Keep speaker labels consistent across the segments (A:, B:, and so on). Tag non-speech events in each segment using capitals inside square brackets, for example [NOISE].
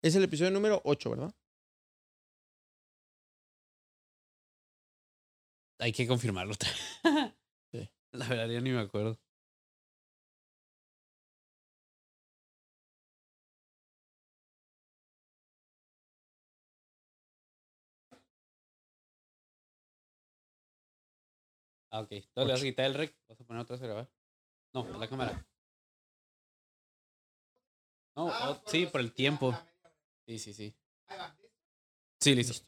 A: Es el episodio número 8, ¿verdad?
B: Hay que confirmarlo. [LAUGHS]
A: Sí.
B: La verdad, yo ni me acuerdo. Ah, ok. Entonces le vas a
A: Ocho.
B: quitar el rec. Vas a poner otra vez a grabar. No, la cámara. No, oh, sí, por el tiempo. Sí, sí, sí. Sí, listo.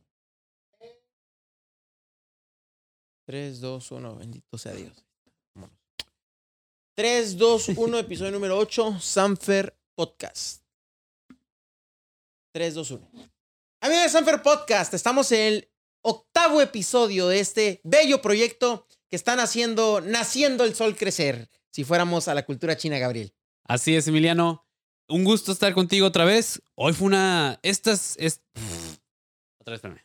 A: 3, 2, 1, bendito sea Dios. Vámonos. 3, 2, 1, episodio número 8, Sanfer Podcast. 3, 2, 1. Amigos de Sanfer Podcast, estamos en el octavo episodio de este bello proyecto que están haciendo, naciendo el sol crecer, si fuéramos a la cultura china, Gabriel.
B: Así es, Emiliano. Un gusto estar contigo otra vez. Hoy fue una. Estas. Es... Otra vez, espérame.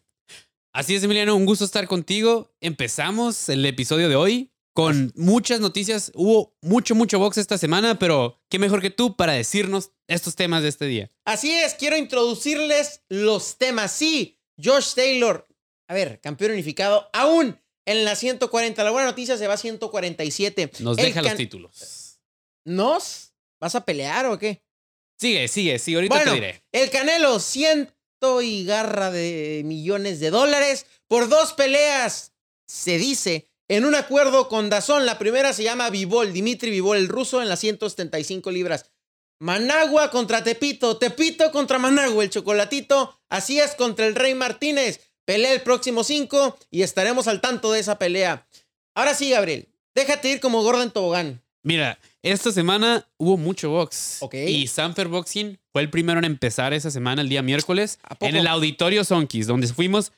B: Así es, Emiliano. Un gusto estar contigo. Empezamos el episodio de hoy con muchas noticias. Hubo mucho, mucho box esta semana, pero qué mejor que tú para decirnos estos temas de este día.
A: Así es, quiero introducirles los temas. Sí, Josh Taylor, a ver, campeón unificado, aún en la 140. La buena noticia se va a 147.
B: Nos
A: El
B: deja los
A: can-
B: títulos.
A: ¿Nos? ¿Vas a pelear o qué?
B: Sigue, sigue, sigue. Ahorita
A: bueno,
B: te diré.
A: el Canelo, ciento y garra de millones de dólares por dos peleas, se dice, en un acuerdo con Dazón. La primera se llama Vivol, Dimitri Vivol, el ruso, en las 175 libras. Managua contra Tepito, Tepito contra Managua, el chocolatito, así es contra el Rey Martínez. Pelea el próximo 5 y estaremos al tanto de esa pelea. Ahora sí, Gabriel, déjate ir como Gordon Tobogán.
B: Mira, esta semana hubo mucho box.
A: Ok.
B: Y Sanfer Boxing fue el primero en empezar esa semana, el día miércoles,
A: ¿A poco?
B: en el Auditorio Sonkis, donde fuimos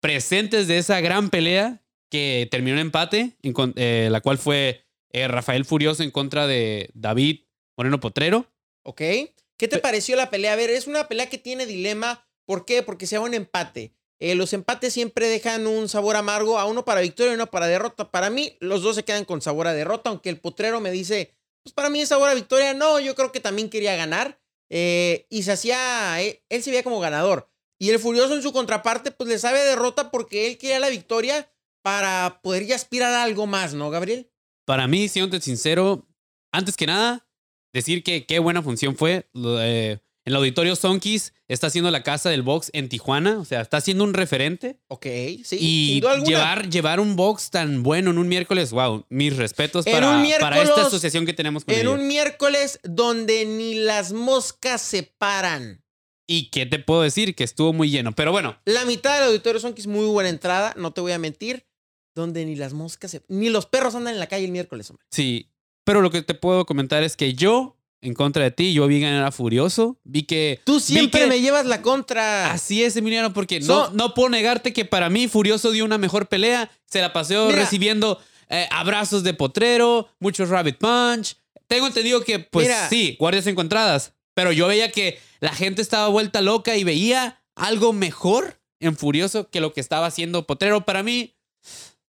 B: presentes de esa gran pelea que terminó en empate, en con- eh, la cual fue eh, Rafael Furioso en contra de David Moreno Potrero.
A: ¿Ok? ¿Qué te
B: Pe-
A: pareció la pelea? A ver, es una pelea que tiene dilema. ¿Por qué? Porque se va un empate. Eh, los empates siempre dejan un sabor amargo, a uno para victoria y uno para derrota. Para mí, los dos se quedan con sabor a derrota, aunque el potrero me dice, pues para mí es sabor a victoria. No, yo creo que también quería ganar. Eh, y se hacía, eh, él se veía como ganador. Y el Furioso en su contraparte, pues le sabe a derrota porque él quería la victoria para poder ya aspirar a algo más, ¿no, Gabriel?
B: Para mí, siéndote sincero, antes que nada, decir que qué buena función fue. Lo de- en el Auditorio Sonkis está haciendo la casa del box en Tijuana, o sea, está haciendo un referente.
A: Ok, sí. sin
B: Y
A: duda alguna.
B: llevar, llevar un box tan bueno en un miércoles, wow, mis respetos
A: En
B: para,
A: un
B: para
A: miércoles,
B: esta asociación que tenemos con
A: En
B: ellos.
A: un miércoles donde ni las moscas se paran.
B: Y qué te puedo decir, que estuvo muy lleno. Pero bueno,
A: La mitad del auditorio son que es muy buena entrada, no te voy a mentir. Donde ni las moscas se. Ni los perros andan en la calle el miércoles, hombre.
B: sí, pero lo que te puedo comentar es que yo, en contra de ti, yo vi ganar a Furioso, vi que...
A: Tú
B: vi
A: siempre
B: que-
A: me llevas la contra.
B: Así es, Emiliano, porque no,
A: So-
B: no puedo negarte que para mí Furioso dio una mejor pelea, se la paseó
A: Mira.
B: recibiendo eh, abrazos de potrero, muchos rabbit punch. Tengo entendido que, pues
A: Mira.
B: sí, guardias encontradas, pero yo veía que la gente estaba vuelta loca y veía algo mejor en Furioso que lo que estaba haciendo potrero. Para mí,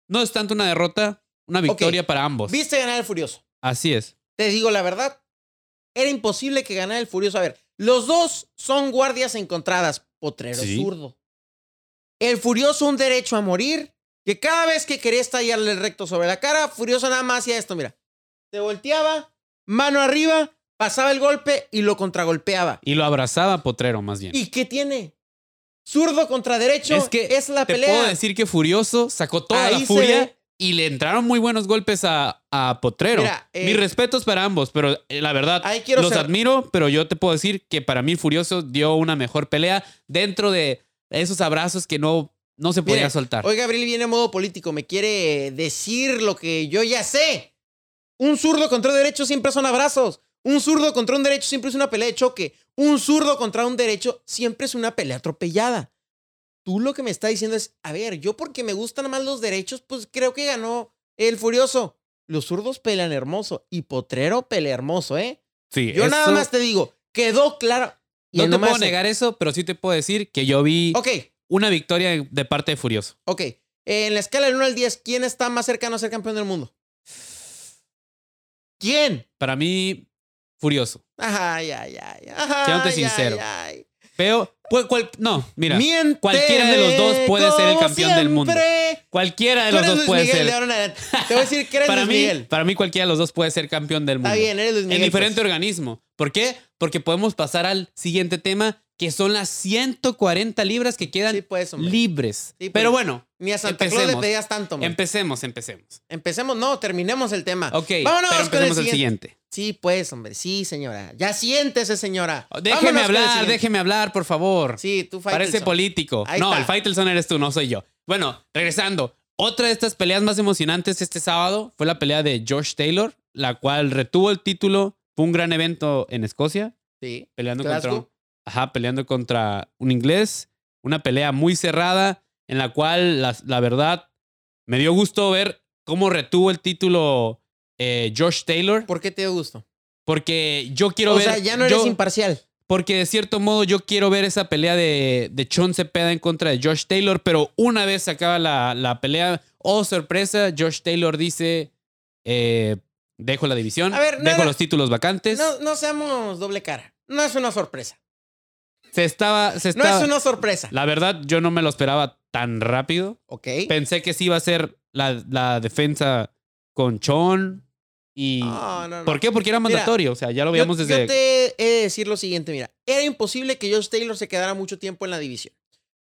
B: no es tanto una derrota, una victoria para ambos.
A: Viste ganar el Furioso.
B: Así es.
A: Te digo la verdad. Era imposible que ganara el Furioso. A ver, los dos son guardias encontradas. Potrero
B: Sí.
A: zurdo. El Furioso, un derecho a morir. Que cada vez que quería estallarle el recto sobre la cara, Furioso nada más hacía esto, mira. Se volteaba, mano arriba, pasaba el golpe y lo contragolpeaba.
B: Y lo abrazaba potrero más bien.
A: ¿Y qué tiene? Zurdo contra derecho.
B: Es
A: Es
B: que
A: la
B: Te
A: pelea.
B: puedo decir que Furioso sacó toda
A: Ahí
B: la
A: se
B: furia
A: ve.
B: y le entraron muy buenos golpes a, a Potrero.
A: Mira, eh,
B: Mis respetos para ambos, pero eh, la verdad,
A: Ahí quiero
B: los
A: ser-
B: admiro, pero yo te puedo decir que para mí Furioso dio una mejor pelea dentro de esos abrazos que no, no se podía
A: Mire,
B: soltar.
A: Hoy Gabriel viene a modo político, me quiere decir lo que yo ya sé. Un zurdo contra un derecho siempre son abrazos. Un zurdo contra un derecho siempre es una pelea de choque. Un zurdo contra un derecho siempre es una pelea atropellada. Tú lo que me está diciendo es, a ver, yo porque me gustan más los derechos, pues creo que ganó el Furioso. Los zurdos pelean hermoso y Potrero pelea hermoso, ¿eh?
B: Sí,
A: Yo nada
B: eso-
A: más te digo, quedó claro. Y
B: No
A: él
B: te
A: me
B: puedo
A: hace-
B: negar eso, pero sí te puedo decir que yo vi
A: Ok,
B: una victoria de parte de Furioso.
A: Ok. En la escala del 1 al 10, ¿quién está más cercano a ser campeón del mundo? ¿Quién?
B: Para mí, Furioso.
A: Ajá, ay, ay, ay. Ajá,
B: Siéndote
A: ay,
B: sincero.
A: ay, ay.
B: Pero, pues, cual- no, mira.
A: Miénteme
B: cualquiera de los dos puede ser el
A: como
B: campeón del mundo.
A: siempre.
B: Cualquiera de
A: Tú
B: los
A: eres
B: dos
A: Luis
B: puede
A: Miguel
B: ser.
A: de ahora en adelante. Te voy a decir que eres
B: [LAUGHS] para
A: Luis
B: mí,
A: Miguel.
B: para mí cualquiera de los dos puede ser campeón del mundo.
A: Está bien, eres Luis Miguel.
B: en diferente
A: pues.
B: organismo. ¿Por qué? Porque podemos pasar al siguiente tema, que son las 140 libras que quedan
A: Sí, pues, hombre.
B: libres.
A: Sí,
B: pero
A: pero-
B: bueno,
A: Ni a Santa Claus le
B: Empecemos.
A: pedías tanto, man.
B: empecemos, empecemos.
A: Empecemos, no, terminemos el tema.
B: Ok,
A: Ah. Vámonos
B: pero
A: con el
B: empecemos el
A: siguiente.
B: siguiente.
A: Sí, pues, hombre. Sí, señora. Ya siéntese, señora.
B: Déjeme
A: Vámonos con el
B: hablar,
A: siguiente.
B: déjeme hablar, por favor.
A: Sí, tú
B: Parece
A: Faitelson.
B: político.
A: Ahí
B: no,
A: está.
B: el Faitelson eres tú, no soy yo. Bueno, regresando. Otra de estas peleas más emocionantes este sábado fue la pelea de George Taylor, la cual retuvo el título. Fue un gran evento en Escocia,
A: Sí.
B: peleando
A: Glasgow.
B: contra, ajá, peleando contra un inglés. Una pelea muy cerrada, en la cual, la, la verdad, me dio gusto ver cómo retuvo el título eh, George Taylor,
A: ¿Por qué te dio gusto?
B: porque yo quiero
A: o
B: ver.
A: sea, ya no eres
B: yo-
A: imparcial.
B: porque de cierto modo yo quiero ver esa pelea de, de Chon Cepeda en contra de Josh Taylor, pero una vez se acaba la, la pelea, oh sorpresa, Josh Taylor dice, eh, dejo la división,
A: A ver, no
B: dejo
A: era-
B: los títulos vacantes.
A: No, no seamos doble cara. No es una sorpresa.
B: Se estaba, se
A: No
B: estaba...
A: es una sorpresa.
B: La verdad, yo no me lo esperaba tan rápido.
A: Ok.
B: Pensé que sí iba a ser la, la defensa con Chon y...
A: No, Ah, no, no.
B: ¿Por qué? Porque era
A: Mira,
B: mandatorio, o sea, ya lo
A: Yo,
B: veíamos
A: yo
B: desde...
A: te he de decir lo siguiente, mira. Era imposible que Josh Taylor se quedara mucho tiempo en la división.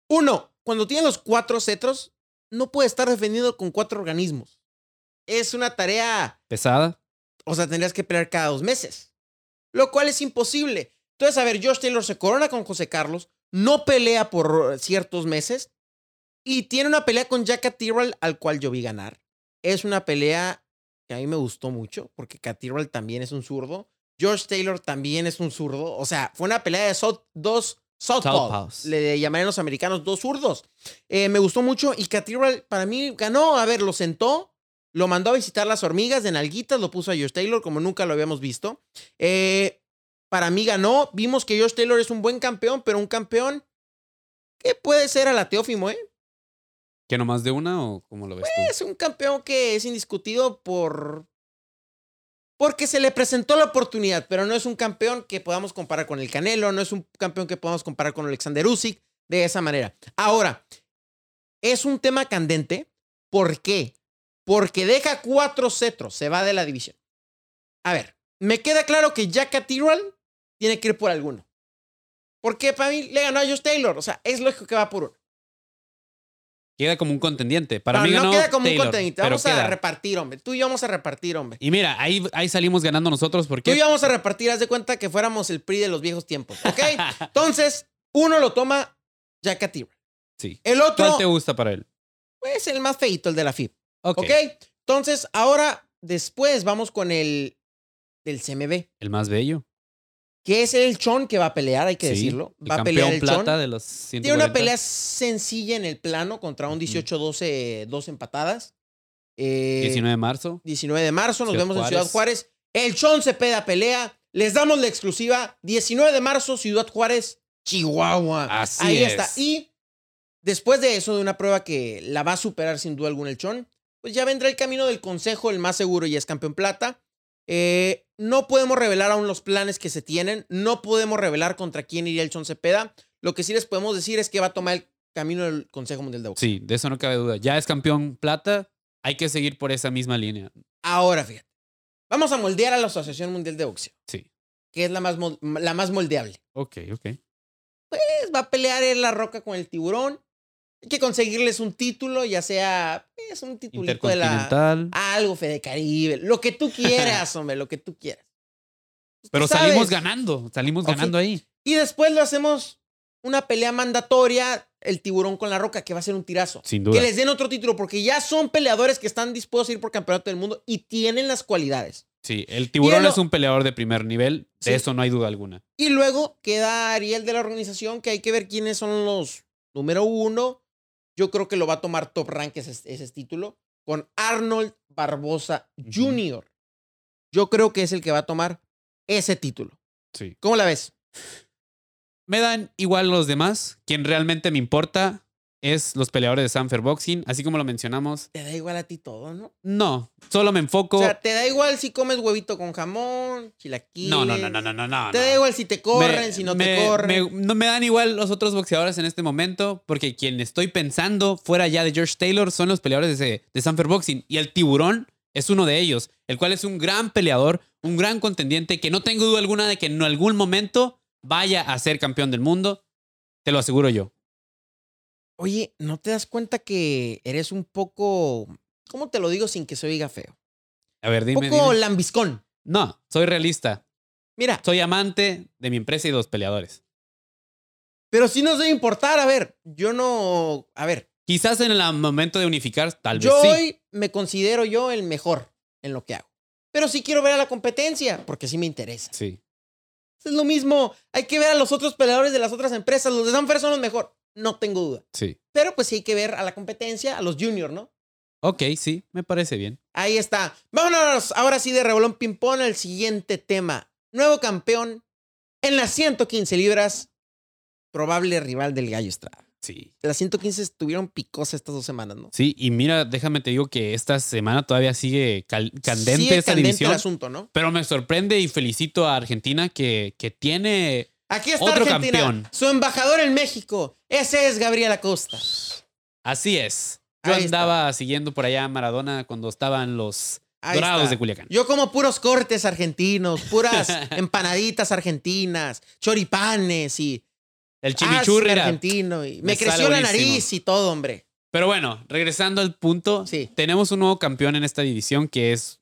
A: Uno, cuando tiene los cuatro cetros, no puede estar defendiendo con cuatro organismos. Es una tarea
B: Pesada.
A: O sea, tendrías que pelear cada dos meses. Lo cual es imposible. Entonces, a ver, Josh Taylor se corona con José Carlos, no pelea por eh, ciertos meses y tiene una pelea con Jack Catirral, al cual yo vi ganar. Es una pelea que a mí me gustó mucho porque Catirral también es un zurdo. Josh Taylor también es un zurdo. O sea, fue una pelea de sou- dos
B: Southpaws.
A: southpaws. Le llamarían los americanos dos zurdos. Eh, me gustó mucho y Catirral para mí ganó. A ver, lo sentó, lo mandó a visitar las hormigas de nalguitas, lo puso a Josh Taylor como nunca lo habíamos visto. Eh, para mí ganó. Vimos que Josh Taylor es un buen campeón, pero un campeón que puede ser a la Teófimo, ¿eh?
B: ¿Que no más de una o cómo lo ves
A: Es un campeón que es indiscutido por... Porque se le presentó la oportunidad, pero no es un campeón que podamos comparar con el Canelo, no es un campeón que podamos comparar con Alexander Usyk de esa manera. Ahora, es un tema candente. ¿Por qué? Porque deja cuatro cetros, se va de la división. A ver, me queda claro que Jack Cathedral tiene que ir por alguno. Porque para mí le ganó a Josh Taylor, o sea, es lógico que va por uno.
B: tú? Queda como un contendiente. Para
A: No,
B: mí
A: no
B: ganó
A: queda como un
B: Taylor,
A: contenido.
B: pero
A: Vamos a
B: queda.
A: repartir, hombre. Tú y yo vamos a repartir, hombre.
B: Y mira, ahí, ahí salimos ganando
A: Tú
B: nosotros
A: y
B: porque
A: yo vamos a repartir. Haz de cuenta que fuéramos el PRI de los viejos tiempos,
B: [LAUGHS]
A: ¿ok? Entonces, uno lo toma Jack Cathedral.
B: sí.
A: El otro
B: ¿Cuál te gusta para él?
A: es el más feito, el de la FIP,
B: Ok.
A: ¿ok? Entonces, ahora, después vamos con el del CMB,
B: El más bello.
A: que es el chon que va a pelear, hay que
B: Sí,
A: decirlo.
B: El
A: Va a
B: campeón
A: pelear el
B: plata
A: chon.
B: de los
A: Tiene una
B: 140.
A: pelea sencilla en el plano contra un
B: Ujú.
A: 18-12, dos empatadas. Eh,
B: 19 de marzo.
A: 19 de marzo, nos
B: Ciudad
A: vemos
B: Juárez.
A: en Ciudad Juárez. El Chon Cepeda pelea. Les damos la exclusiva. 19 de marzo, Ciudad Juárez, Chihuahua.
B: Así
A: Ahí
B: es.
A: está. Y después de eso, de una prueba que la va a superar sin duda alguna el Chon, pues ya vendrá el camino del consejo, el más seguro y es campeón plata. Eh, no podemos revelar aún los planes que se tienen. No podemos revelar contra quién iría el Chon Cepeda. Lo que sí les podemos decir es que va a tomar el camino del Consejo Mundial de Boxeo.
B: Sí, de eso no cabe duda. Ya es campeón plata. Hay que seguir por esa misma línea.
A: Ahora, fíjate. Vamos a moldear a la Asociación Mundial de Boxeo.
B: Sí.
A: que es la más, mol- la más moldeable.
B: Ok, ok.
A: Pues va a pelear en la roca con el tiburón. Hay que conseguirles un título, ya sea es un titulito de la... Ah,
B: Intercontinental.
A: Algo, Fede Caribe, lo que tú
B: [LAUGHS]
A: quieras, hombre, lo que tú quieras.
B: pero
A: tú sabes.
B: salimos ganando. Salimos
A: Ok.
B: ganando ahí.
A: Y después lo hacemos una pelea mandatoria, el tiburón con la roca, que va a ser un tirazo.
B: Sin
A: Que
B: duda.
A: les den otro título, porque ya son peleadores que están dispuestos a ir por campeonato del mundo y tienen las cualidades.
B: Sí, el tiburón
A: Míralo.
B: es un peleador de primer nivel. De
A: Sí.
B: eso no hay duda alguna.
A: Y luego queda Ariel de la organización, que hay que ver quiénes son los número uno. Yo creo que lo va a tomar top rank ese, ese título con Arnold Barbosa
B: Ujú.
A: Jr. Yo creo que es el que va a tomar ese título.
B: Sí.
A: ¿Cómo la ves?
B: Me dan igual los demás. Quien realmente me importa es los peleadores de Sanfer Boxing, así como lo mencionamos.
A: Te da igual a ti todo, ¿no?
B: No, solo me enfoco.
A: O sea, te da igual si comes huevito con jamón, chilaquiles.
B: no, no, no, no, no, no, no.
A: Te da igual si te corren, si no te corren.
B: me- no me dan igual los otros boxeadores en este momento, porque quien estoy pensando fuera ya de George Taylor son los peleadores de, de Sanfer Boxing. Y el tiburón es uno de ellos, el cual es un gran peleador, un gran contendiente, que no tengo duda alguna de que en algún momento vaya a ser campeón del mundo. Te lo aseguro yo.
A: Oye, ¿no te das cuenta que eres un poco. ¿Cómo te lo digo sin que se oiga feo?
B: A ver, dime.
A: un poco
B: dime.
A: lambiscón.
B: No, soy realista.
A: Mira,
B: Soy amante de mi empresa y de los peleadores.
A: pero sí nos debe importar. A ver, yo no. A ver,
B: Quizás en el momento de unificar, tal
A: yo
B: vez sí.
A: hoy me considero yo el mejor en lo que hago. Pero sí quiero ver a la competencia, porque sí me interesa.
B: Sí.
A: Es lo mismo. Hay que ver a los otros peleadores de las otras empresas. Los de Sanfer son los mejor. No tengo duda.
B: Sí.
A: Pero pues sí hay que ver a la competencia, a los juniors, ¿no?
B: Ok, sí, me parece bien.
A: Ahí está. Vámonos ahora sí de revolón ping-pong al siguiente tema. Nuevo campeón en las 115 libras. Probable rival del Gallo Estrada.
B: Sí.
A: Las 115 estuvieron picosas estas dos semanas, ¿no?
B: Sí, y mira, déjame te digo que esta semana todavía sigue cal- candente
A: Sigue
B: esta
A: candente
B: división.
A: el asunto, ¿no?
B: Pero me sorprende y felicito a Argentina que, que tiene.
A: Aquí está
B: Otro
A: Argentina.
B: campeón.
A: Su embajador en México. Ese es Gabriel Acosta.
B: Así es. Yo
A: Ahí está.
B: andaba siguiendo por allá a Maradona cuando estaban los
A: Ahí
B: dorados
A: está.
B: de Culiacán.
A: Yo como puros cortes argentinos,
B: [LAUGHS]
A: puras empanaditas argentinas, choripanes y
B: El
A: chimichurri
B: chimichurri. era-
A: argentino. Y me
B: me
A: creció la
B: sale buenísimo.
A: nariz y todo, hombre.
B: Pero bueno, regresando al punto,
A: Sí.
B: tenemos un nuevo campeón en esta división que es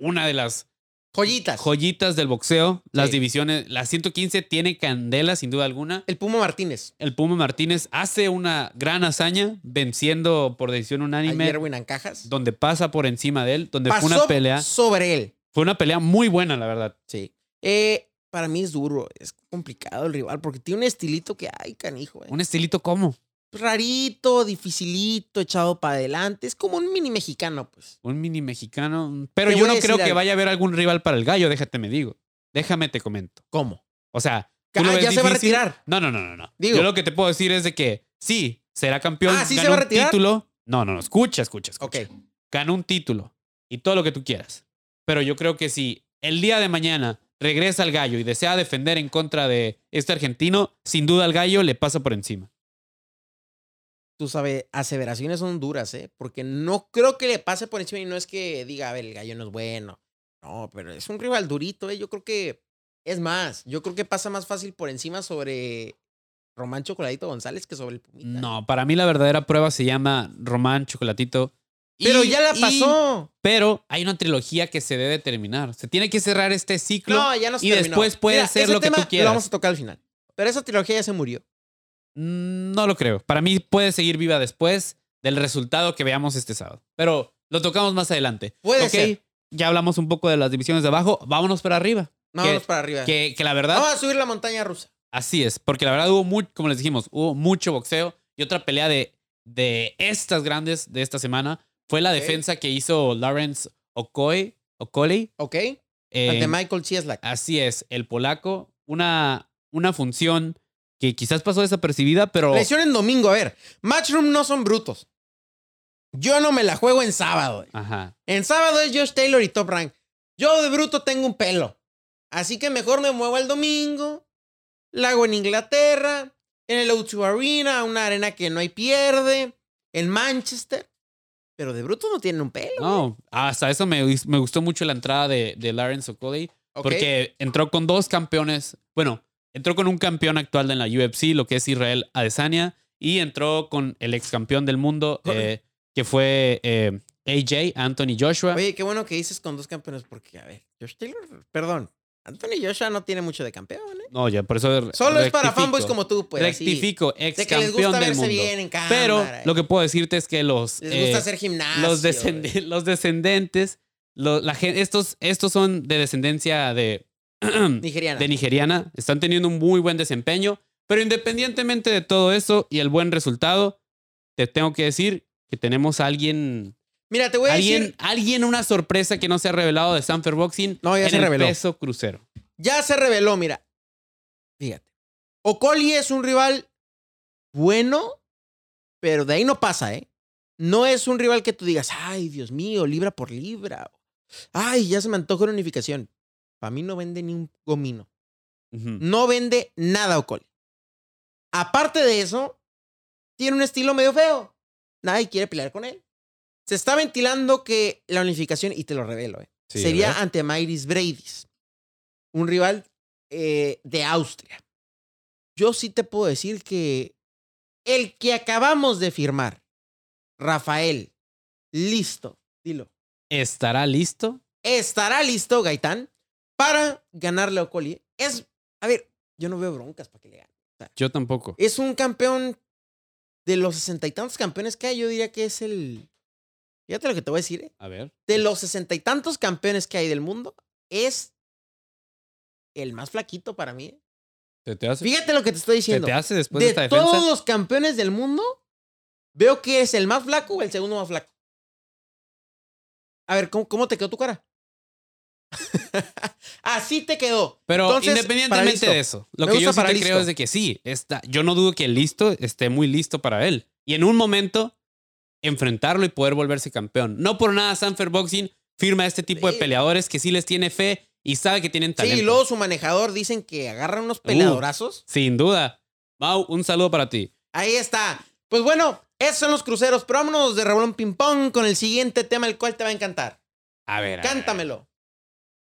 B: una de las
A: Joyitas.
B: joyitas del boxeo. Las
A: Sí.
B: divisiones, la 115 tiene candela sin duda alguna.
A: El Puma Martínez.
B: El Puma Martínez hace una gran hazaña venciendo por decisión unánime,
A: Ayer Winan Cajas.
B: donde pasa por encima de él, donde
A: Pasó
B: fue una pelea,
A: sobre él.
B: fue una pelea muy buena, la verdad.
A: Sí. Eh, para mí es duro, es complicado el rival porque tiene un estilito que, ay, canijo, eh.
B: Un estilito como
A: rarito, dificilito, echado para adelante. Es como un mini mexicano, pues.
B: un mini mexicano, pero
A: Te
B: yo
A: voy a
B: no
A: decir
B: creo que
A: algo.
B: vaya a haber algún rival para el gallo, déjate me digo. Déjame te comento.
A: ¿Cómo?
B: O sea,
A: Ah,
B: ¿tú lo
A: ya
B: ves
A: se va a
B: difícil?
A: retirar.
B: No, no, no, no, no.
A: Digo.
B: Yo lo que te puedo decir es de que sí, será campeón,
A: Ah, ¿sí se
B: ganó
A: va a
B: un
A: retirar?
B: título. No, no, no, escucha, escucha, escucha.
A: Ok.
B: ganó un título y todo lo que tú quieras. Pero yo creo que si el día de mañana regresa el gallo y desea defender en contra de este argentino, sin duda el gallo le pasa por encima.
A: Tus ave- aseveraciones son duras, ¿eh? Porque no creo que le pase por encima y no es que diga, a ver, el gallo no es bueno. No, pero es un rival durito, ¿eh? Yo creo que. Es más, yo creo que pasa más fácil por encima sobre Román Chocoladito González que sobre el Pumita.
B: No, para mí la verdadera prueba se llama Román Chocolatito. Y-
A: Pero ya la
B: y-
A: pasó.
B: pero hay una trilogía que se debe terminar. Se tiene que cerrar este ciclo.
A: No, ya no se
B: y
A: terminó.
B: después puede ser
A: ese
B: lo que tú
A: tema
B: quieras.
A: Lo vamos a tocar al final. Pero esa trilogía ya se murió.
B: Mm, No lo creo. Para mí puede seguir viva después del resultado que veamos este sábado. Pero lo tocamos más adelante.
A: Puede
B: Ok,
A: ser.
B: Ya hablamos un poco de las divisiones de abajo. Vámonos para arriba.
A: No, Vámonos para arriba.
B: Que, que la verdad,
A: Vamos a subir la montaña rusa.
B: así es. Porque la verdad hubo mucho, como les dijimos, hubo mucho boxeo. Y otra pelea de, de estas grandes de esta semana fue la
A: Ok.
B: defensa que hizo Lawrence Okoy, Okoli.
A: ¿Ok?
B: eh,
A: Ante Michael Cieslak.
B: así es, el polaco. Una, una función que quizás pasó desapercibida, pero
A: Lesión en domingo. A ver, Matchroom no son brutos. Yo no me la juego en sábado.
B: ajá,
A: En sábado es Josh Taylor y Top Rank. Yo de bruto tengo un pelo. Así que mejor me muevo el domingo. La hago en Inglaterra. En el O2 Arena, una arena que no hay pierde. En Manchester. Pero de bruto no tienen un pelo.
B: No, hasta eso me, gust- me gustó mucho la entrada de, de Lawrence Okoye,
A: ¿ok?
B: porque entró con dos campeones. Bueno, entró con un campeón actual en la UFC, lo que es Israel Adesanya, y entró con el ex campeón del mundo, eh, que fue eh, AJ, Anthony Joshua.
A: Oye, qué bueno que dices con dos campeones, porque, a ver, Josh Taylor, perdón, Anthony Joshua no tiene mucho de campeón, ¿eh?
B: No, ya, por eso. re-
A: Solo es para
B: rectifico.
A: fanboys como tú, pues. así,
B: rectifico, ex
A: de que les gusta
B: campeón del
A: verse
B: mundo.
A: bien en cámara.
B: Pero
A: eh.
B: lo que puedo decirte es que los.
A: les
B: eh,
A: gusta eh. hacer gimnasio.
B: los, descend-
A: descendientes.
B: los descendentes, lo- la gen- estos, estos son de descendencia de. [CLEARS THROAT]
A: Nigeriana.
B: de nigeriana. Están teniendo un muy buen desempeño, pero independientemente de todo eso y el buen resultado, te tengo que decir que tenemos a alguien,
A: Mira, te voy a
B: alguien,
A: decir,
B: alguien una sorpresa que no se ha revelado de Sanfer Boxing
A: No, ya
B: en
A: se
B: el
A: reveló.
B: peso crucero.
A: ya se reveló, mira. Fíjate. Ocoli es un rival bueno, Pero de ahí no pasa, ¿eh? No es un rival que tú digas, ay, Dios mío, libra por libra. Ay, ya se me antoja una unificación. Para mí no vende ni un gomino.
B: Ujú.
A: No vende nada Ocoli. Aparte de eso, tiene un estilo medio feo. Nadie quiere pelear con él. Se está ventilando que la unificación, y te lo revelo, ¿eh?
B: Sí,
A: sería
B: ¿verdad?
A: ante Myris Bradis, un rival eh, de Austria. Yo sí te puedo decir que el que acabamos de firmar, Rafael, listo, dilo,
B: ¿Estará listo?
A: estará listo Gaitán para ganarle a Ocoli. Es, a ver, yo no veo broncas para que le gane.
B: Yo tampoco.
A: Es un campeón de los sesenta y tantos campeones que hay, yo diría que es el... Fíjate lo que te voy a decir, ¿eh?
B: A ver.
A: de los sesenta y tantos campeones que hay del mundo, es el más flaquito para mí. ¿eh?
B: ¿Se te hace?
A: Fíjate lo que te estoy
B: ¿Se
A: diciendo.
B: te hace después de,
A: de
B: Pues, esta defensa?
A: todos los campeones del mundo, veo que es el más flaco o el segundo más flaco. A ver, ¿cómo, cómo te quedó tu cara? [LAUGHS] Así te quedó.
B: Pero
A: Entonces,
B: independientemente
A: para
B: de eso, lo
A: Me
B: que yo
A: gusta
B: sí
A: para
B: te
A: listo.
B: creo es de que sí, está, yo no dudo que el listo esté muy listo para él. Y en un momento, enfrentarlo y poder volverse campeón. No por nada Sanfer Boxing firma a este tipo de
A: Sí.
B: peleadores que sí les tiene fe y sabe que tienen
A: Sí,
B: talento. Uh.
A: y luego su manejador dicen que agarran unos peleadorazos.
B: Sin duda. Mau, un saludo para ti.
A: Ahí está. Pues bueno, esos son los cruceros. Pero vámonos de Rebolón Ping Pong con el siguiente tema, el cual te va a encantar.
B: A ver. a ver.
A: Cántamelo.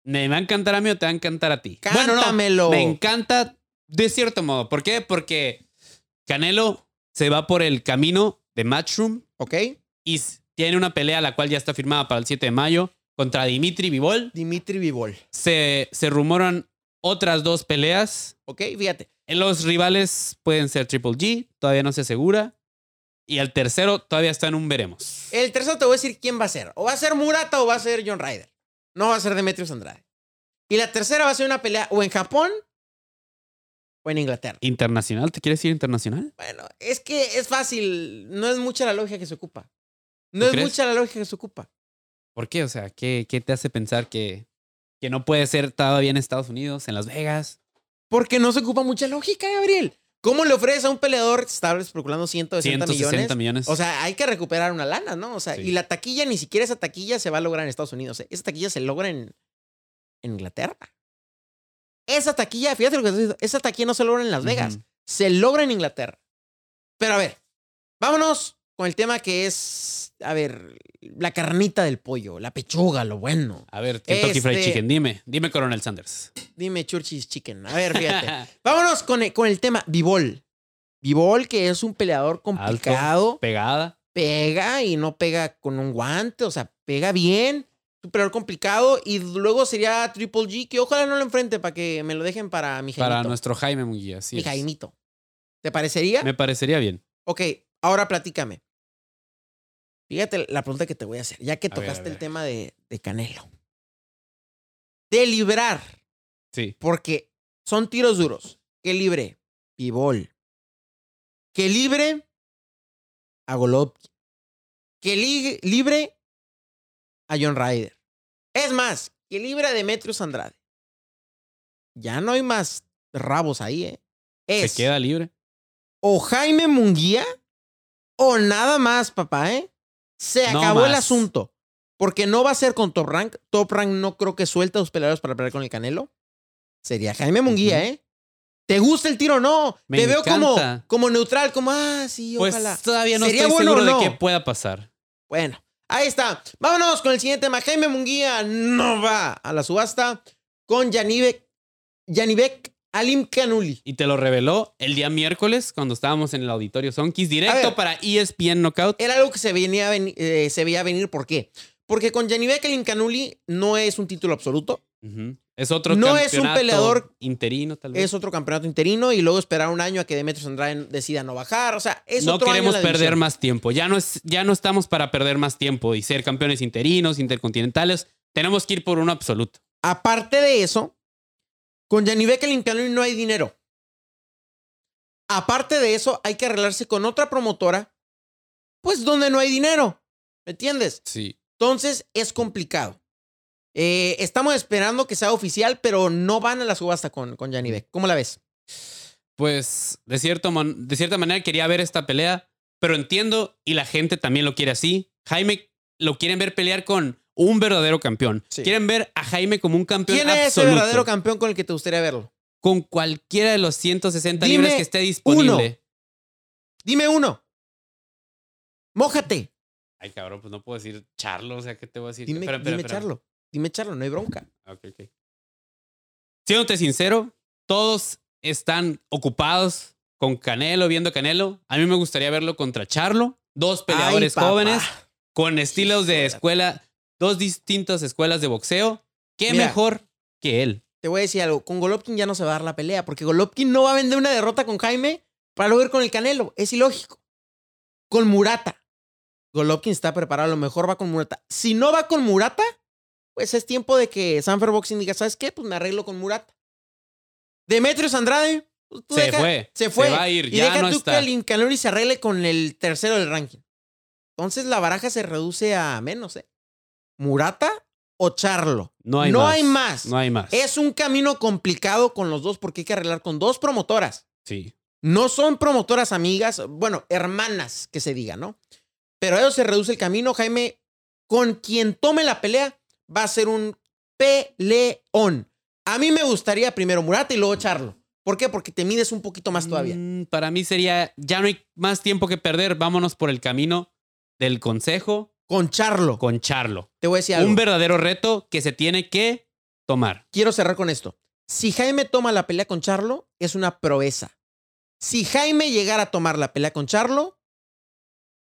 B: ¿Me va a encantar a mí o te va a encantar a ti? Bueno, no,
A: Cántamelo.
B: Me encanta de cierto modo. ¿Por qué? Porque Canelo se va por el camino de Matchroom
A: ¿Ok?
B: y s- tiene una pelea la cual ya está firmada para el 7 de mayo contra Dimitri Vivol.
A: Dimitri Vivol.
B: Se, se rumoran otras dos peleas.
A: ¿Ok? Fíjate.
B: Los rivales pueden ser Triple G, todavía no se asegura. Y el tercero todavía está en un veremos.
A: El tercero te voy a decir quién va a ser. O va a ser Murata o va a ser John Ryder. No va a ser Demetrius Andrade. Y la tercera va a ser una pelea o en Japón o en Inglaterra.
B: ¿Internacional? ¿Te quieres ir internacional?
A: Bueno, es que es fácil. No es mucha la lógica que se ocupa. No
B: ¿Tú
A: es
B: crees?
A: mucha la lógica que se ocupa.
B: ¿Por qué? O sea, ¿qué, qué te hace pensar que, que no puede ser todavía en Estados Unidos, en Las Vegas?
A: Porque no se ocupa mucha lógica, Gabriel. ¿Cómo le ofreces a un peleador? Está especulando 160 millones.
B: 160 millones.
A: O sea, hay que recuperar una lana, ¿no? O sea,
B: Sí.
A: y la taquilla, ni siquiera esa taquilla se va a lograr en Estados Unidos. ¿eh? Esa taquilla se logra en, en Inglaterra. Esa taquilla, fíjate lo que estoy diciendo, esa taquilla no se logra en Las Vegas,
B: Ujú.
A: se logra en Inglaterra. Pero a ver, vámonos con el tema que es, a ver, la carnita del pollo, la pechuga, lo bueno.
B: A ver, Kentucky Fried
A: Este-
B: Chicken, dime. Dime, Coronel
A: [LAUGHS]
B: Sanders.
A: Dime, Churchis Chicken. A ver, fíjate.
B: [LAUGHS]
A: vámonos con el, con el tema Bivol. Bivol, que es un peleador complicado.
B: Pegada.
A: pega y no pega con un guante, o sea, pega bien, un peleador complicado y luego sería Triple G, que ojalá no lo enfrente para que me lo dejen para mi Jaimito.
B: Para nuestro Jaime Munguía, sí.
A: mi
B: es.
A: Jaimito. ¿Te parecería?
B: Me parecería bien.
A: Ok, ahora platícame. Fíjate la pregunta que te voy a hacer, ya que
B: A ver, a
A: tocaste el
B: ver.
A: tema de, de Canelo. De librar,
B: Sí.
A: porque son tiros duros. Que libre, Pibol. Que libre a Golovkin. Que li- libre a John Ryder. Es más, que libre a Demetrius Andrade. Ya no hay más rabos ahí, ¿eh? Es
B: Se queda libre.
A: o Jaime Munguía o nada más, papá, ¿eh? Se
B: No
A: acabó el
B: más.
A: asunto. Porque no va a ser con Top Rank. Top Rank no creo que suelta a los peleadores para pelear con el Canelo. Sería Jaime Munguía,
B: Ujú.
A: ¿eh? ¿Te gusta el tiro o no?
B: Me
A: Te veo como,
B: encanta.
A: como neutral, como, ah, sí,
B: Pues
A: ojalá.
B: todavía no
A: ¿Sería
B: estoy
A: bueno o
B: seguro
A: no?
B: de que pueda pasar.
A: Bueno, ahí está. Vámonos con el siguiente tema. Jaime Munguía no va a la subasta con Yanivek, Yanivek Alim Canuli.
B: Y te lo reveló el día miércoles cuando estábamos en el auditorio Sonkis,
A: A
B: directo
A: ver.
B: para E ESPN Knockout.
A: era algo que se, venía, a veni- eh, se veía venir. ¿Por qué? Porque con Janivek Canuli no es un título absoluto,
B: Ujú. Es otro
A: No es un
B: campeonato
A: peleador-
B: interino, tal vez.
A: es otro campeonato interino y luego esperar un año a que Demetrius Andrade decida no bajar. O sea, es
B: no
A: otro año en
B: queremos
A: la
B: perder
A: división.
B: más tiempo. Ya no, es, ya no estamos para perder más tiempo y ser campeones interinos, intercontinentales. Tenemos que ir por uno absoluto.
A: Aparte de eso, con Janivek Canuli no hay dinero. Aparte de eso, hay que arreglarse con otra promotora, pues donde no hay dinero. ¿Me entiendes?
B: Sí.
A: Entonces es complicado. Eh, estamos esperando que sea oficial, pero no van a la subasta con, con Janivek. ¿Cómo la ves?
B: Pues de, cierto man- de cierta manera quería ver esta pelea. pero entiendo y la gente también lo quiere así. Jaime lo quieren ver pelear con un verdadero campeón.
A: Sí.
B: Quieren ver a Jaime como un campeón
A: ¿Quién es el
B: absoluto.
A: verdadero campeón con el que te gustaría verlo?
B: con cualquiera de los 160
A: Dime
B: libras que esté disponible.
A: uno. Dime uno. Mójate.
B: Ay, cabrón, pues no puedo decir Charlo, o sea, ¿qué te voy a decir?
A: Dime,
B: Espera, espera,
A: dime
B: espera. Ah,
A: Charlo. Dime Charlo, no hay bronca.
B: Ok, ok. Siéndote sincero, todos están ocupados con Canelo, viendo a Canelo. A mí me gustaría verlo contra Charlo. Dos
A: Ay,
B: peleadores
A: papá.
B: jóvenes con estilos
A: Hijo
B: de
A: de-
B: escuela, dos distintas escuelas de boxeo. ¿Qué
A: Mira.
B: mejor que él?
A: Te voy a decir algo. Con Golovkin ya no se va a dar la pelea porque Golovkin no va a vender una derrota con Jaime para luego ir con el Canelo. Es ilógico. Con Murata. Golovkin está preparado. A lo mejor va con Murata. Si no va con Murata, pues es tiempo de que Sanfer Boxing diga, ¿sabes qué? Pues me arreglo con Murata. Demetrios Andrade. pues tú
B: Se
A: deja-
B: fue.
A: Se fue.
B: va a ir.
A: Y
B: ya
A: deja
B: no
A: tú
B: está.
A: que el Canelo se arregle con el tercero del ranking. Entonces la baraja se reduce a menos, ¿eh? ¿Murata o Charlo?
B: No hay
A: no
B: más.
A: hay más.
B: No hay más.
A: Es un camino complicado con los dos porque hay que arreglar con dos promotoras.
B: Sí.
A: No son promotoras amigas, bueno, hermanas que se diga, ¿no? Pero a ellos se reduce el camino. Jaime, con quien tome la pelea, va a ser un peleón. A mí me gustaría primero Murata y luego Charlo. ¿Por qué? Porque te mides un poquito más todavía.
B: Mm, para mí sería, ya no hay más tiempo que perder. Vámonos por el camino del consejo
A: Con Charlo.
B: con Charlo.
A: Te voy a decir algo.
B: Un verdadero reto que se tiene que tomar.
A: Quiero cerrar con esto. Si Jaime toma la pelea con Charlo, es una proeza. Si Jaime llegara a tomar la pelea con Charlo,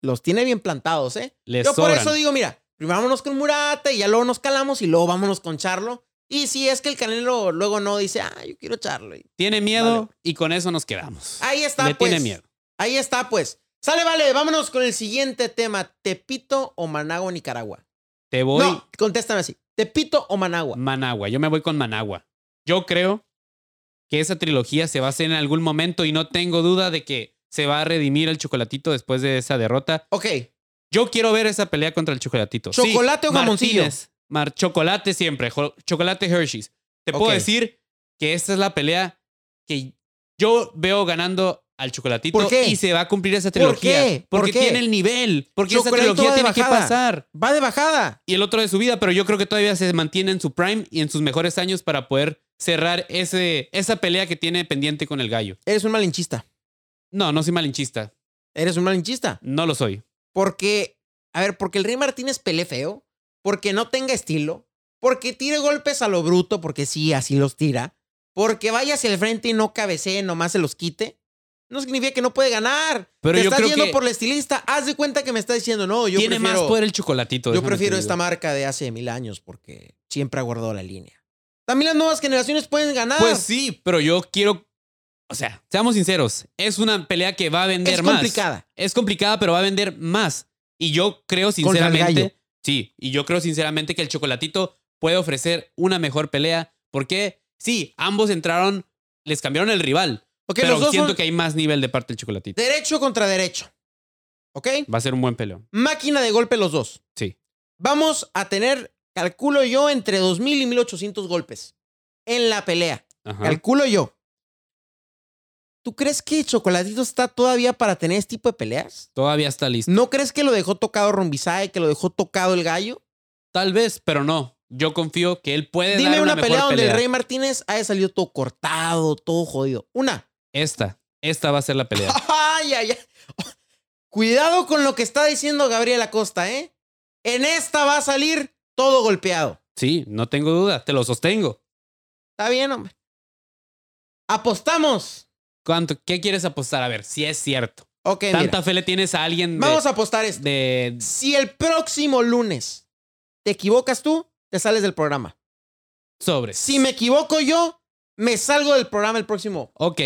A: los tiene bien plantados, ¿eh?
B: Les
A: Yo por
B: sobran.
A: eso digo, mira, primero vámonos con Murata y ya luego nos calamos y luego vámonos con Charlo. Y si es que el Canelo luego no dice, ah, yo quiero Charlo. y-
B: Tiene miedo
A: Vale.
B: y con eso nos quedamos.
A: Ahí está,
B: Le
A: pues.
B: tiene miedo.
A: Ahí está, pues. Sale, vale, vámonos con el siguiente tema. ¿Tepito o Managua, Nicaragua?
B: Te voy
A: No, contéstame así. ¿Tepito o Managua?
B: Managua. Yo me voy con Managua. Yo creo que esa trilogía se va a hacer en algún momento y no tengo duda de que se va a redimir el chocolatito después de esa derrota.
A: Ok,
B: Yo quiero ver esa pelea contra el chocolatito. Sí,
A: ¿Chocolate o jamoncillo?
B: Martínez. Mar- chocolate siempre. jo- Chocolate Hershey's. Te
A: Ok.
B: puedo decir que esta es la pelea que yo veo ganando al chocolatito
A: ¿Por qué?
B: y se va a cumplir esa
A: ¿Por
B: trilogía.
A: qué? ¿Por
B: Porque
A: qué?
B: tiene el nivel. Porque
A: Chocolatito
B: esa trilogía
A: va de
B: tiene que
A: bajada.
B: pasar.
A: va de bajada.
B: Y el otro de su vida, pero yo creo que todavía se mantiene en su prime y en sus mejores años para poder cerrar ese, esa pelea que tiene pendiente con el gallo.
A: Eres un malinchista.
B: No, no soy malinchista.
A: Eres un malinchista.
B: No lo soy.
A: Porque, a ver, porque el Rey Martínez pele feo, porque no tenga estilo, porque tire golpes a lo bruto, porque sí, así los tira, porque vaya hacia el frente y no cabecee, nomás se los quite. No significa que no puede ganar.
B: Pero
A: Te
B: yo
A: estás
B: creo
A: yendo
B: que
A: por la estilista. Haz de cuenta que me está diciendo, no, yo
B: tiene
A: prefiero,
B: más poder el chocolatito.
A: yo
B: déjame te
A: prefiero
B: digo.
A: esta marca de hace mil años porque siempre ha guardado la línea. También las nuevas generaciones pueden ganar.
B: Pues sí, pero yo quiero. O sea, seamos sinceros, es una pelea que va a vender
A: es
B: más.
A: complicada.
B: Es complicada, pero va a vender más. Y yo creo
A: el gallo.
B: sinceramente. Sí, y yo creo sinceramente que el chocolatito puede ofrecer una mejor pelea. Porque sí, ambos entraron, les cambiaron el rival.
A: Porque
B: pero
A: los dos
B: siento
A: son
B: que hay más nivel de parte del chocolatito.
A: derecho contra derecho. ¿Ok?
B: Va a ser un buen peleón.
A: Máquina de golpe los dos.
B: Sí.
A: Vamos a tener, calculo yo, entre 2.000 y 1.800 golpes en la pelea.
B: Ajá.
A: Calculo yo. ¿Tú crees que Chocolatito está todavía para tener este tipo de peleas?
B: Todavía está listo.
A: ¿No crees que lo dejó tocado Rumbisae, que lo dejó tocado el gallo?
B: Tal vez, pero no. Yo confío que él puede
A: Dime
B: dar
A: una,
B: una,
A: pelea
B: mejor
A: donde
B: pelea.
A: el Rey Martínez haya salido todo cortado, todo jodido. Una.
B: Esta. Esta va a ser
A: [LAUGHS]
B: la pelea.
A: Ay, ay, ay. Cuidado con lo que está diciendo Gabriel Acosta, ¿eh? En esta va a salir todo golpeado.
B: sí, no tengo duda. Te lo sostengo.
A: Está bien, hombre. Apostamos.
B: ¿Cuánto, ¿Qué quieres apostar? A ver, si es cierto.
A: Ok, mira.
B: ¿Tanta fe le tienes a alguien de,
A: Vamos a apostar esto.
B: de-
A: Si el próximo lunes te equivocas tú, te sales del programa.
B: sobres?
A: Si me equivoco yo, me salgo del programa el próximo.
B: Ok.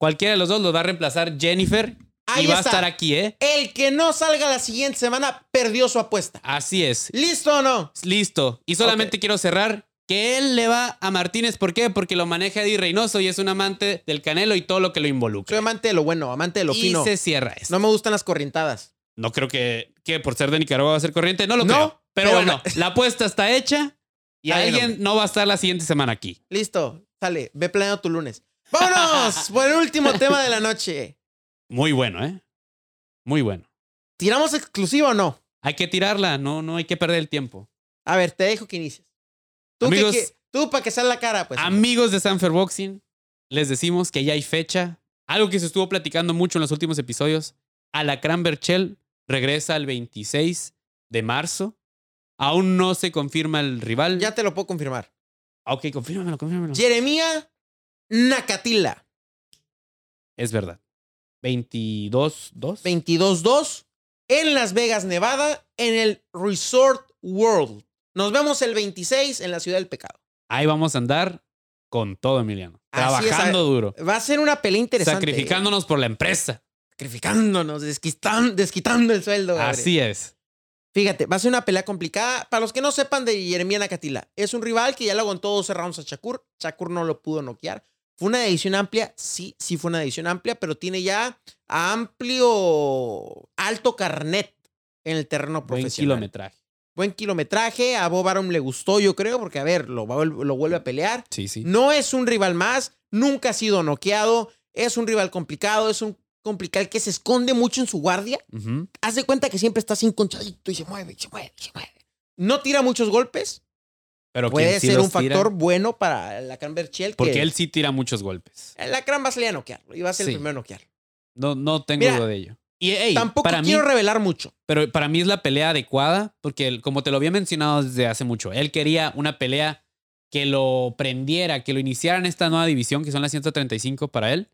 B: Cualquiera de los dos lo va a reemplazar Jennifer
A: Ahí
B: y va
A: está.
B: a estar aquí, ¿eh?
A: El que no salga la siguiente semana perdió su apuesta.
B: Así es.
A: ¿Listo o no?
B: Listo. Y solamente quiero cerrar que él le va a Martínez. ¿Por qué? Porque lo maneja Eddie Reynoso y es un amante del canelo y todo lo que lo
A: Soy
B: involucra.
A: amante de lo bueno, amante de lo
B: Y
A: fino.
B: se cierra esto.
A: No me gustan las corrientadas.
B: No creo que, que por ser de Nicaragua va a ser corriente. No lo
A: No,
B: creo. Pero,
A: pero
B: bueno, la apuesta está hecha y
A: Ay, no.
B: alguien no va a estar la siguiente semana aquí.
A: Listo, sale, ve planeando tu lunes.
B: [LAUGHS]
A: ¡Vámonos! por el último tema de la noche.
B: Muy bueno, ¿eh? Muy bueno.
A: ¿Tiramos exclusiva o no?
B: Hay que tirarla, no, no hay que perder el tiempo.
A: A ver, te dejo que inicies. Tú, que-
B: Amigos-
A: que- tú para que salga la cara, pues.
B: Amigos de Sanfer Boxing, les decimos que ya hay fecha. Algo que se estuvo platicando mucho en los últimos episodios. Alacrán Berchel regresa el 26 de marzo. Aún no se confirma el rival. Ah,
A: Ya te lo puedo confirmar.
B: Ok, confírmamelo, confírmamelo.
A: Jeremía Nakatila,
B: Es verdad. 22, 2.
A: 22-2, en Las Vegas, Nevada, en el Resort World. Nos vemos el 26 en la Ciudad del Pecado.
B: Ahí vamos a andar con todo, Emiliano.
A: Así es,
B: Trabajando duro.
A: Va a ser una pelea interesante.
B: Sacrificándonos por la empresa.
A: Sacrificándonos, desquitan- desquitando el sueldo. Gabriel.
B: Así es.
A: Fíjate, va a ser una pelea complicada. Para los que no sepan de Jeremía Nakatila, es un rival que ya lo aguantó 12 rounds a Shakur. Shakur no lo pudo noquear. Fue una edición amplia, sí, sí fue una edición amplia, pero tiene ya amplio, alto carnet en el terreno
B: Buen
A: profesional.
B: kilometraje.
A: Buen kilometraje. A Bob Arum le gustó, yo creo, porque a ver, lo, va- lo vuelve a pelear.
B: Sí, sí.
A: No es un rival más, nunca ha sido noqueado, es un rival complicado, es un complicado que se esconde mucho en su guardia
B: Ujú.
A: haz de cuenta que siempre está sin conchadito y se mueve, y se mueve, y se mueve. No tira muchos golpes.
B: Pero
A: Puede
B: quien sí
A: ser
B: los
A: un
B: tira-
A: factor bueno para la Cran Berchel.
B: Porque
A: que
B: él sí tira muchos golpes.
A: La Cran va a salir a noquearlo y va a ser
B: Sí.
A: el primero a noquear.
B: No, no tengo
A: Mira,
B: duda de ello. Y ey,
A: Tampoco
B: para
A: quiero
B: mí,
A: revelar mucho.
B: pero para mí es la pelea adecuada porque él, como te lo había mencionado desde hace mucho, él quería una pelea que lo prendiera, que lo iniciara en esta nueva división que son las 135 para él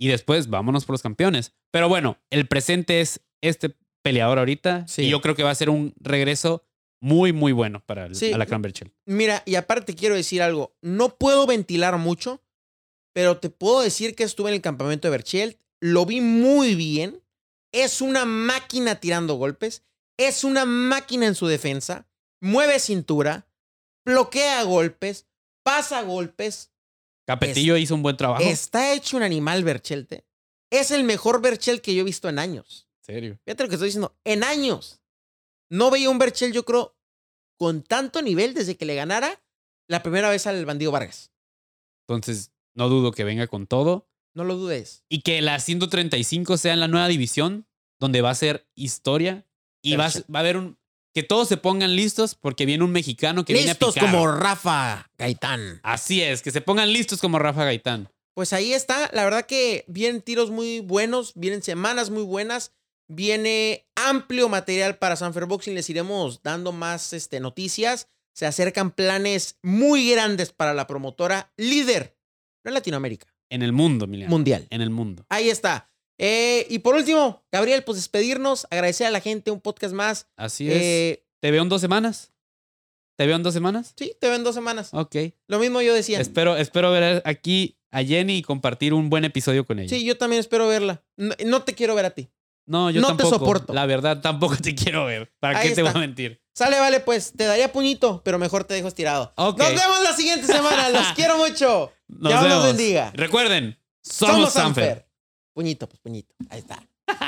B: y después vámonos por los campeones. Pero bueno, el presente es este peleador ahorita
A: Sí.
B: y yo creo que va a ser un regreso muy muy bueno para el,
A: Sí.
B: a la Cranberchel.
A: Mira, y aparte quiero decir algo. No puedo ventilar mucho, pero te puedo decir que estuve en el campamento de Berchel. Lo vi muy bien. Es una máquina tirando golpes. Es una máquina en su defensa. Mueve cintura. Bloquea golpes. Pasa golpes.
B: Capetillo hizo un buen trabajo.
A: Está hecho un animal Berchelte. Es el mejor Berchel que yo he visto en años.
B: En serio.
A: Fíjate lo que estoy diciendo. En años. No veía un Berchel, yo creo, con tanto nivel desde que le ganara la primera vez al bandido Vargas.
B: Entonces, no dudo que venga con todo.
A: No lo dudes.
B: y que la 135 sea en la nueva división donde va a ser historia y va a,
A: Perfecto.
B: va a haber un que todos se pongan listos porque viene un mexicano que
A: Listos
B: viene a picar.
A: como Rafa Gaitán.
B: Así es, que se pongan listos como Rafa Gaitán.
A: Pues ahí está. La verdad que vienen tiros muy buenos, vienen semanas muy buenas. Viene amplio material para Sanfer Boxing. Les iremos dando más este, noticias. Se acercan planes muy grandes para la promotora líder, no en Latinoamérica,
B: En el mundo, Emiliano.
A: mundial.
B: En el mundo.
A: Ahí está. Eh, y por último, Gabriel, pues despedirnos, agradecer a la gente un podcast más.
B: Así es.
A: Eh,
B: ¿Te veo en dos semanas? ¿Te veo en dos semanas?
A: sí, te veo en dos semanas.
B: Ok.
A: Lo mismo yo decía.
B: Espero, espero ver aquí a Jenny y compartir un buen episodio con ella.
A: Sí, yo también espero verla. No, no te quiero ver a ti.
B: no, yo
A: no te
B: tampoco.
A: soporto.
B: La verdad, tampoco te [LAUGHS] quiero ver. ¿Para
A: Ahí
B: qué te voy
A: está.
B: a mentir?
A: Sale, vale, pues te daría puñito, pero mejor te dejo estirado.
B: Ok.
A: Nos vemos la siguiente semana.
B: [LAUGHS]
A: Los quiero mucho.
B: Nos
A: Dios los
B: vemos.
A: bendiga.
B: Recuerden, somos, Sanfer.
A: Puñito, pues puñito. Ahí está.